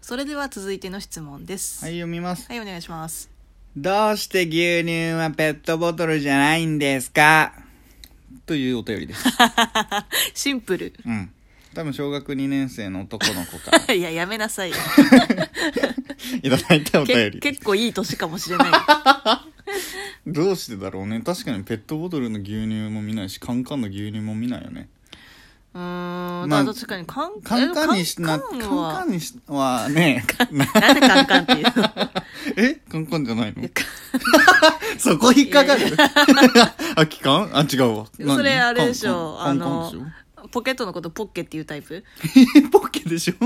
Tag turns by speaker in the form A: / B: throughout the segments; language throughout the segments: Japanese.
A: それでは続いての質問です
B: はい、読みます。
A: はい、お願いします
B: どうして牛乳はペットボトルじゃないんですかというお便りです。
A: シンプル
B: うん。多分小学2年生の男の子か ら
A: いややめなさいよ
B: いただいたお便
A: け
B: り。
A: 結構いい年かもしれ ない
B: どうしてだろうね。確かにペットボトルの牛乳も見ないし、カンカンの牛乳も見ないよね。
A: うーん
B: ま
A: ま
B: あ
A: あどっちかにカン
B: カンカンにしな、カ
A: カ
B: ン
A: ンカン
B: カ
A: は
B: ンにしはね、
A: なんでカンカンっていうの
B: えカンカンじゃないの
A: やカ
B: そこ引っ かかるあ、期間あ、違うわ。何
A: それあれでしょ
B: カンカンカン
A: あ
B: カンでしょ
A: ポケットのことポッケっていうタイプ
B: ポッケでしょ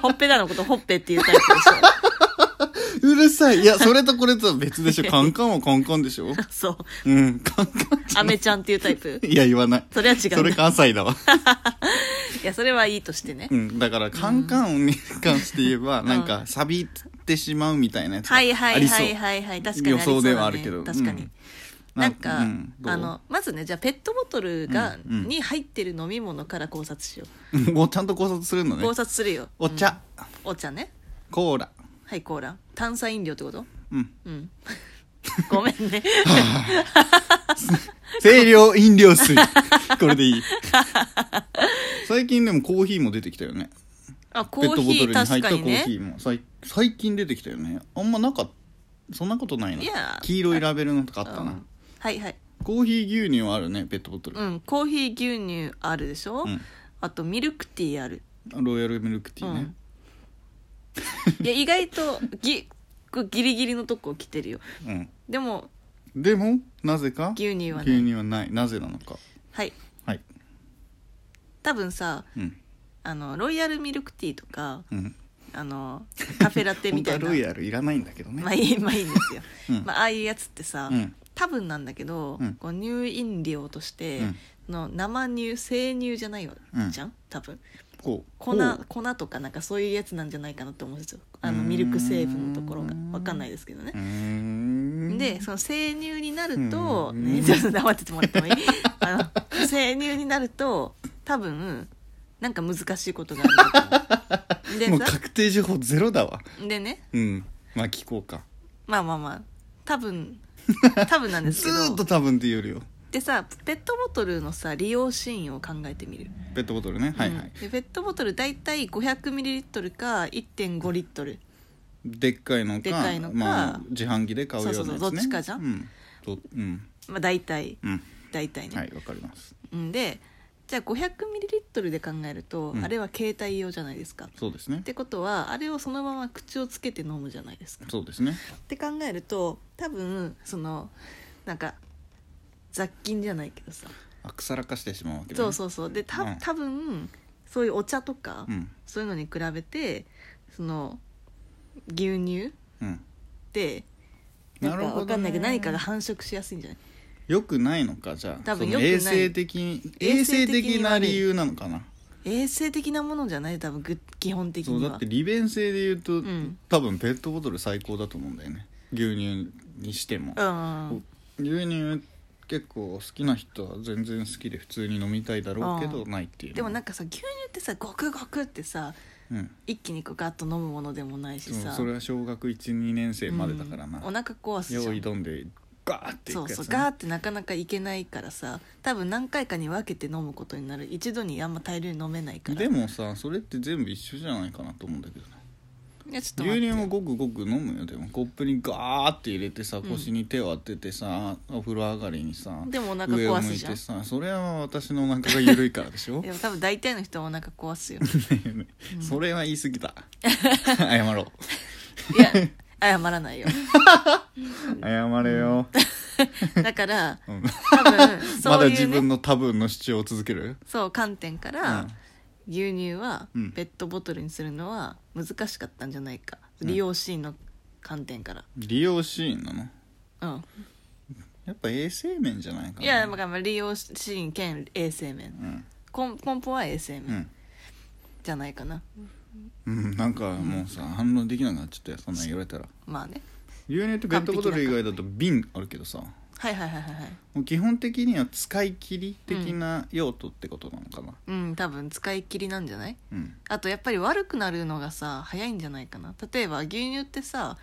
A: ほっぺたのことほっぺっていうタイプでし
B: うるさい。いや、それとこれとは 別でしょ。カンカンはカンカンでしょ
A: ょ そう
B: うん、カンカンじゃ
A: アメちゃんっていうタイプ
B: いや、言わない。
A: それは違うな
B: それ関西 だわ。
A: いやそれはいいとしてね
B: うん、だから、カンカンに関して言えば、なんか、錆びてしまうみたいなやつがあ
A: はい
B: りそう。
A: はいはいはいはい確かにありそうだ、ね、
B: 予想ではあるけど
A: 確かに、
B: うん
A: なんか、
B: うんどう
A: あのまずねじゃあペットボトルが、
B: うんうん
A: に入ってる飲み物から考察しよ
B: もうちゃん と考察するの
A: う、
B: ね
A: 考。察するよ
B: お茶、
A: お茶ね
B: コーラ。
A: はいコーラ炭酸飲料ってこと
B: うん。
A: うん ごめんね
B: 清涼飲料 水。これでいい。最近でもコーヒーも出てきたよね。
A: あコ
B: ペッ
A: ー
B: トボ
A: ヒ
B: トル
A: ー
B: に入った
A: 確
B: コ
A: かに
B: ー
A: ね
B: ヒーも最最近出てきたよねあんまなかったそんなことないない
A: やー
B: 黄色いラベルのとかあった
A: う
B: な、
A: んはいはい
B: コーヒー牛乳はあるねペットボトル、
A: うんコーヒー牛乳あるでしょ、
B: うん
A: あとミルクティーある
B: ロイヤルミルクティーね、
A: いや意外とぎこうギリギリのとこ来てるよ
B: うん
A: でも
B: でもなぜか
A: 牛乳は
B: 牛
A: ね
B: 乳はないなぜなのか
A: はい
B: はい
A: 多分さ
B: うん
A: あのロイヤルミルクティーとか
B: うん
A: あのカフェラテみ
B: 本当
A: た
B: はい
A: な
B: ロイヤルいらないんだけどね、
A: まあいいまあいいんですよ、
B: うん
A: まあああいうやつってさ、
B: うん
A: 多分なんだけど、
B: うん
A: こう乳飲料として
B: うん
A: の生乳生乳じゃないわ、
B: うん
A: じゃん多分
B: こう
A: 粉
B: こう
A: 粉とかなんかそういうやつなんじゃないかなって思うんですよあの
B: うーん
A: ミルク成分のところがわかんないですけどね
B: うーん
A: でその生乳になると、
B: うーん
A: ね、ちょっと黙っててもらってもいいあの生乳になると多分なんか難しいことがあるんだと 思
B: もう
A: うでさ
B: 確定情報ゼロだわ
A: でね
B: うんまあ聞こうか
A: まあまあまあ多分多分なんです
B: ず
A: け
B: ーっ
A: ど
B: と多分って言うよりよ
A: でさペットボトルのさ利用シーンを考えてみる、
B: ペットボトルねはいはい、
A: うんでペットボトル大体 500ml か1.5リットル
B: でっかいのか
A: でっかいのか
B: まあ、自販機で買うようなやつ、ね、
A: そうそうそうどっちかじゃん
B: うんどうん
A: まあ大体
B: うん
A: 大体ね、
B: はいわかります
A: うんでじゃあ 500ml で考えると、
B: うん
A: あれは携帯用じゃないですかっ
B: そうですね
A: てことはあれをそのまま口をつけて飲むじゃないですか
B: そうですね
A: って考えると多分そのなんか雑菌じゃないけどさ
B: あくさらかしてしまうわけだ
A: そ
B: ね
A: うそうそうでた、
B: うん
A: 多分そういうお茶とか、
B: うん
A: そういうのに比べてその牛乳っ
B: うん
A: て
B: な
A: なん
B: る
A: か
B: ほどね
A: わかんないけど何かが繁殖しやすいんじゃない
B: よくないのかじゃあ
A: 多分
B: その
A: 良
B: 衛
A: くない
B: 生的に衛
A: 衛
B: 生
A: 生的に
B: 的な理由なのかな
A: 衛生的なものじゃない多分ぐ基本的
B: そう
A: に
B: だ
A: は
B: って利便性で言うと、
A: ん
B: 多分ペットボトル最高だと思うんだよね牛乳にしても、
A: うん
B: 牛乳結構好きな人は全然好きで普通に飲みたいだろうけど
A: う
B: ないっていう
A: でもなん
B: か、
A: かさ牛乳ってさごくごくってさ
B: うん、
A: 一気にこうガッと飲むものでもないし
B: そう
A: さ
B: それは小学12年生までだからな、
A: うんお腹壊すじゃん
B: 用意どんでガーっていく
A: そ
B: や
A: う
B: つ、ね、
A: そうガーってなかなかいけないからさ多分何回かに分けて飲むことになる一度にあんま大量に飲めないから
B: でもさそれって全部一緒じゃないかなと思うんだけどない
A: やちょっと待
B: 牛
A: って
B: 乳もごくごく飲むよでもコップにガーって入れてさ
A: ん
B: 腰に手を当ててさ、お風呂上がりにさ
A: でもお腹
B: 上を
A: 壊
B: 向
A: す
B: い
A: じゃん
B: てさそれは私のお腹が緩いからで しょ
A: でも多分大体の人はお腹壊すよ
B: それは言い過 ぎた謝ろ
A: い
B: う
A: や謝らないよ
B: 謝れよ、
A: だから
B: うん
A: 多分
B: ま
A: そ
B: だ
A: うい
B: 自
A: う、ね
B: 分の多分の主張を続ける
A: そう観点から、牛乳は
B: うん
A: ペットボトルにするのは難しかったんじゃないか、利用シーンの観点から
B: 利用シーンなの
A: うん
B: やっぱ衛生面じゃないかない
A: やまあまあ利用シーン兼衛生面
B: うん
A: 根根本は衛生
B: う
A: 面
B: ん
A: じゃないかな、
B: うん、なんかもうさ、反応できなくなっちゃったよそんなん言われたら
A: まあね
B: 牛乳ってペットボトル以外だと瓶あるけどさ
A: はいはいはいはいはい
B: もう基本的には使い切り的な用途ってことなのかな
A: うん多分使い切りなんじゃない
B: うん、
A: あとやっぱり悪くなるのがさ早いんじゃないかな例えば牛乳ってさ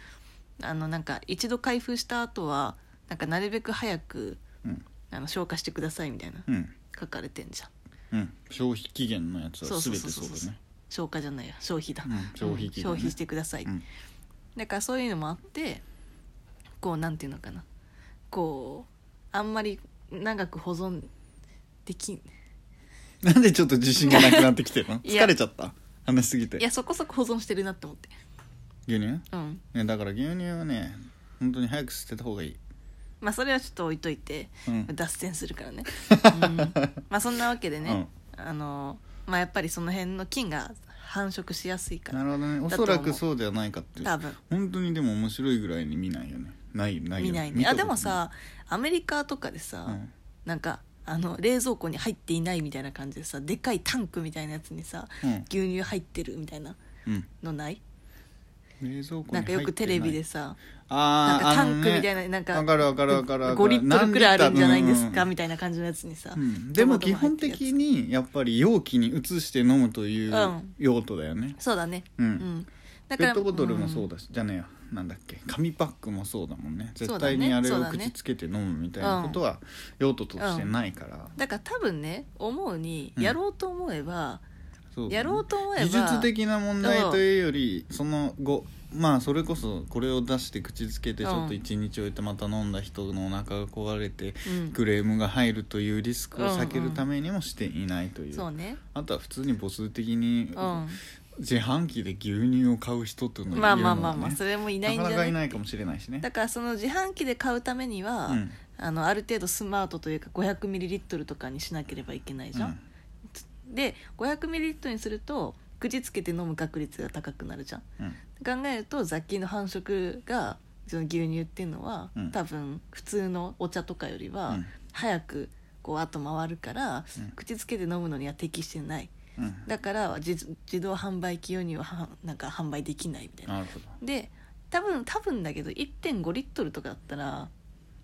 A: あのなんか一度開封した後はなんかなるべく早く
B: うん
A: あの消化してくださいみたいな
B: うん
A: 書かれてんじゃん
B: うん、消費期限のやつは全てそうだね
A: 消化じゃないや消費だ、
B: うん消費期限ね
A: 消費してください、
B: うん
A: だからそういうのもあってこうなんていうのかなこうあんまり長く保存できん
B: なんでちょっと自信がなくなってきてるの
A: いや
B: 疲れちゃった話しすぎて
A: いやそこそこ保存してるなって思って
B: 牛乳
A: うん
B: ね、だから牛乳はね本当に早く捨てた方がいい、
A: まあそれはちょっと置いといて、
B: うん
A: 脱線するから ね、うんまあそんなわけでね、あのまあやっぱりその辺の菌が繁殖しやすいか
B: な
A: ら
B: るほどねお
A: だと思
B: そうらくそうではないかっていう
A: 多分
B: 本当にでも面白いぐらいに見ないよねないないよ
A: 見ないねあ
B: たこと
A: でもさアメリカとかでさ、
B: うん
A: なんかあの冷蔵庫に入っていないみたいな感じでさでかいタンクみたいなやつにさ、
B: うん
A: 牛乳入ってるみたいな
B: うん、
A: のない
B: 冷蔵庫に
A: なんかよくテレビですさなん
B: あ
A: か
B: あ
A: タンクみたいな,、なんか
B: わかるわかるわかるわかる
A: 5リットルくらいあるんじゃないんですか、
B: 何リッ
A: みたいな感じのやつにさ、
B: ターうんうんでも基本
A: に
B: 的にやっぱり容器に移して飲むという
A: うん
B: 用途だよね、
A: そうだね
B: うん
A: だ
B: ペットボトルもそう
A: だ
B: だし、じゃねえやなんだっけ紙パックもそうだもんね
A: そ
B: 絶
A: うだね
B: 対にあれ
A: そう
B: を
A: だね
B: 口つけて飲むみたいなことは用途としてないから、
A: んだから多分ね思うに
B: うん
A: やろうと思えば、
B: そう
A: やろうと思えば
B: 技術的な問題というよりその後まあそれこそこれを出して口つけてちょっと一日置いてまた飲んだ人のお腹が壊れて
A: うん
B: クレームが入るというリスクを避けるためにもしていないという、
A: そうね
B: あとは普通に母数的に
A: うん
B: 自販機で牛乳を買う人っていうのが
A: まあ
B: いる
A: ま
B: の
A: あま
B: は
A: あまあ
B: ね
A: それもいないん
B: な
A: じゃな
B: かなか
A: い
B: いないかもしれないしね
A: だからその自販機で買うためには、
B: うん
A: あのある程度スマートというか 500ml とかにしなければいけないじゃん、で 500ml にすると口つけて飲む確率が高くなるじゃん
B: うんうん
A: 考えると雑菌の繁殖がその牛乳っていうのは、
B: うん
A: 多分普通のお茶とかよりは、
B: うん
A: 早くこう後回るから、
B: うん
A: 口つけて飲むのには適してない
B: うん
A: だから自自動販売機用にははなんか販売できないみたいな
B: なるほど
A: で多分多分だけど1.5リットルとかだったら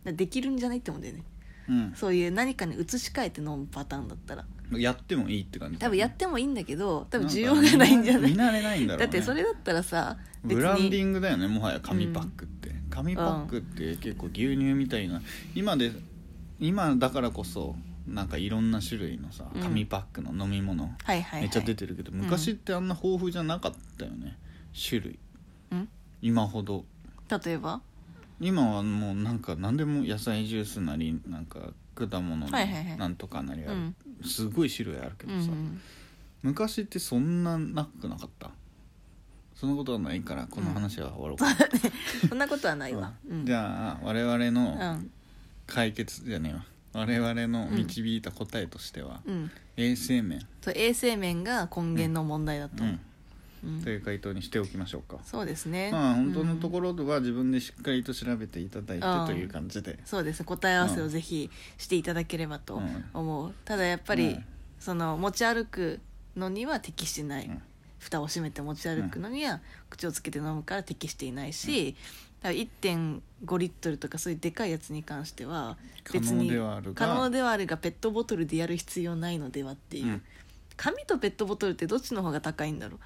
A: できるんじゃないって思うんだよね
B: うん
A: そういう何かに移し替えて飲むパターンだったら
B: やってもいいって感じ
A: 多分やってもいいんだけど多分需要がないんじゃない
B: 見慣れないんだろう、
A: だ
B: ね、
A: ってそれだったらさ別
B: ブランデ
A: に
B: ィングだよねもはや紙パックって、紙パックって結構牛乳みたいな今で今だからこそなんかいろんな種類のさ
A: うん
B: 紙パックの飲み物、
A: はいはい、はい、
B: めっちゃ出てるけど、昔ってあんな豊富じゃなかったよね種類
A: うん
B: 今ほど
A: 例えば
B: 今はもうなんか何でも野菜ジュースなりなんか果物の
A: はいはいはい
B: なんとかなりある、
A: うん
B: すごい種類あるけ
A: う
B: ど
A: ん
B: さ、
A: うん
B: 昔ってそんななくなかったそんなことはないからこの話は終わろうか、
A: そんなことはないわ、
B: う
A: うんん、
B: じ
A: ゃ
B: ゃあ我々の
A: うん
B: 解決じゃねえわ我々の導いた答えとしては、
A: うん
B: 衛生面、
A: と衛生面が根源の問題だと、
B: うん
A: うん
B: という回答にしておきましょうか、
A: そうですね
B: まあ本当のと
A: ろ、
B: ころは自分でしっかりと調べていただいて
A: うん
B: という感じで
A: うん、そうですね答え合わせをぜひしていただければと思う、ただやっぱり、
B: うん
A: その持ち歩くのには適してない、
B: うん
A: 蓋を閉めて持ち歩くのには口をつけて飲むから適していないし、だから1.5リットルとかそういうでかいやつに関しては別に
B: 可能ではあるが
A: 可能ではあるがペットボトルでやる必要ないのではっていう、
B: うん
A: 紙とペットボトルってどっちの方が高いんだろ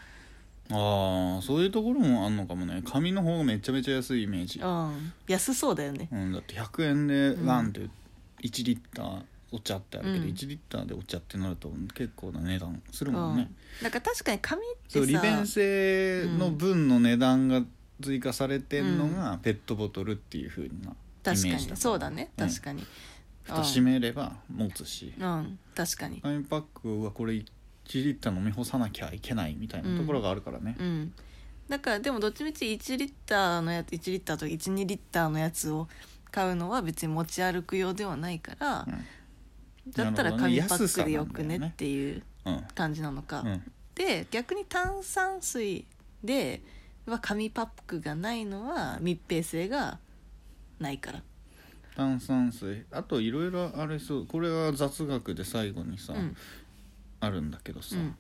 B: ああそういうところもあんのかもね紙の方がめちゃめちゃ安いイメージ
A: う、う、ん、安そうだよね
B: うん、だって100円で
A: ん
B: ワンって1リッターお茶ってあるけど、
A: うん
B: 1リッターでお茶ってなると結構な値段す
A: う
B: るもん
A: ん
B: ね、
A: なんか確かに紙って
B: そう利便
A: さ
B: 性の分の値段が追加されてんのがペットボトルっていうふうな
A: 確か
B: イメージ
A: にそうだね確
B: に
A: かに、
B: 蓋閉めれば持つし
A: うん、うん確かに
B: 紙パックはこれ1リッター飲み干さなきゃいけないみたいなところがあるからね、
A: うんだからでもどっちみち1リッターのやつ1リッターとか12リッターのやつを買うのは別に持ち歩く用ではないから、だったら紙パックでよくねっていう
B: うんうん
A: 感じなのか、
B: うん
A: で逆に炭酸水では紙パックがないのは密閉性がないから
B: 炭酸水あといろいろあれそうこれは雑学で最後にさ、
A: うん
B: あるんだけどさ、
A: うん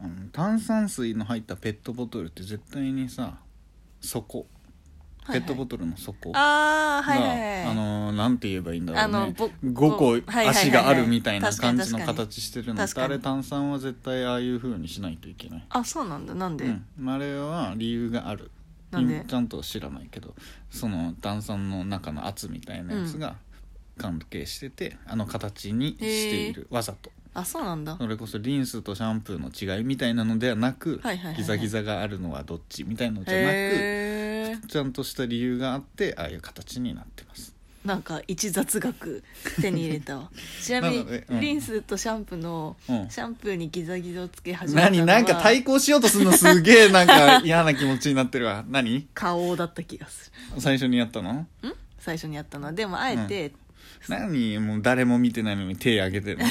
B: あの炭酸水の入ったペットボトルって絶対にさ底
A: はい
B: ペットボトルの底が、
A: ああはいはい
B: あ
A: はい
B: のーなんて言えばいいんだろう
A: あの
B: ね
A: ぼぼはいはいはい
B: 5個
A: はい
B: 足があるみたいな
A: 確か
B: 感
A: に
B: じの
A: 確かに
B: 形してるのっ
A: 確
B: て
A: かに
B: あれ炭酸は絶対ああいうふうにしないといけない、
A: あそうなんだなんで、
B: うん、あれは理由がある
A: なんで
B: ちゃんと知らないけどその炭酸の中の圧みたいなやつが関係してて、あの形にしているわざと
A: あそうなんだ
B: それこそリンスとシャンプーの違いみたいなのではなく、
A: はいはいはいはい
B: ギザギザがあるのはどっちみたいのじゃなく
A: へえ
B: ちゃんとした理由があってああいう形になってます
A: なんか一雑学手に入れ たわちなみに
B: なのでうん
A: リンスとシャンプーの、
B: うん
A: シャンプーにギザギザをつけ始めたの
B: 何
A: は
B: なんか対抗しようとするのすげえなんか嫌な気持ちになってる わ何
A: 顔だった気がす
B: 最初にやったの
A: るん最初にやったのはでもあえて、
B: 何もう誰も見てないのに手挙げ てるの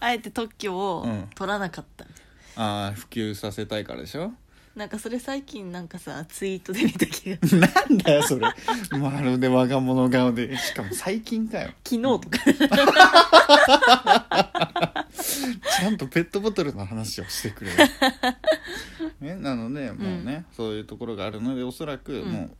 A: あえて特許を
B: うん
A: 取らなかった、
B: ああ普及させたいからでしょ
A: なんかそれ最近なんかさツイートで見た気 が
B: なんだよそれまるで我が物顔でしかも最近かよ
A: 昨日とか
B: ちゃんとペットボトルの話をし てくれる、ね、なのでもうね、そういうところがあるのでおそらく
A: うん
B: もう、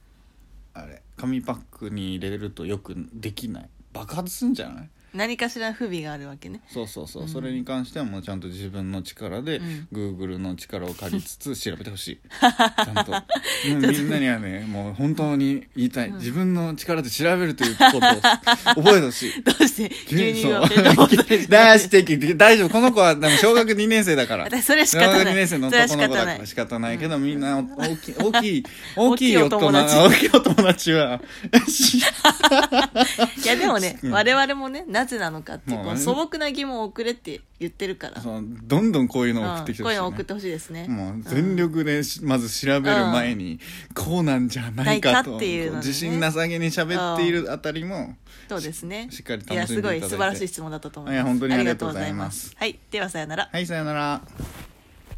B: あれ紙パックに入れるとよくできない爆発すんじゃない
A: 何かしら不備があるわけね
B: そうそうそう、
A: うん
B: それに関してはもうちゃんと自分の力で、
A: うん
B: Google の力を借りつつ調べてほ しいちゃんともうみんなにはねもう本当に言いたい、
A: うん
B: 自分の力で調べるという ことを覚えてほしい
A: どうして牛乳
B: そう
A: がペットボトル で
B: 出してきて大丈夫この子はでも小学2年生だから
A: 私それは仕方ない
B: 小学2年生の 男の子だか
A: それ
B: ら
A: は
B: 仕
A: 仕
B: 方ないけど、みんなお大きい大きい 大
A: 大
B: き
A: き
B: い
A: い
B: 大
A: お
B: 人
A: 友達
B: 大きいお友達はし
A: いやでもね、
B: うん
A: 我々もねなぜなのかっていう、
B: まあ
A: この素朴な疑問を送れって言ってるから、
B: そうどんどんこういうのを
A: う
B: 送っ
A: ん
B: てきて
A: こ
B: ほ
A: う
B: し
A: いう
B: い
A: の
B: ね、
A: 送ってほしいですね
B: もう全力でしまず調べる前にこうなんじゃないかと
A: ないかっていうのね
B: 自信なさげに喋っているあたりも
A: そうですね
B: しっかり
A: い
B: 楽
A: や
B: しん
A: す
B: でいた
A: ご
B: だい
A: い
B: て
A: 素晴らしい質問だったと思います
B: いや本当にありがとうございます
A: ありがとうございますはいではさよなら
B: はいさよなら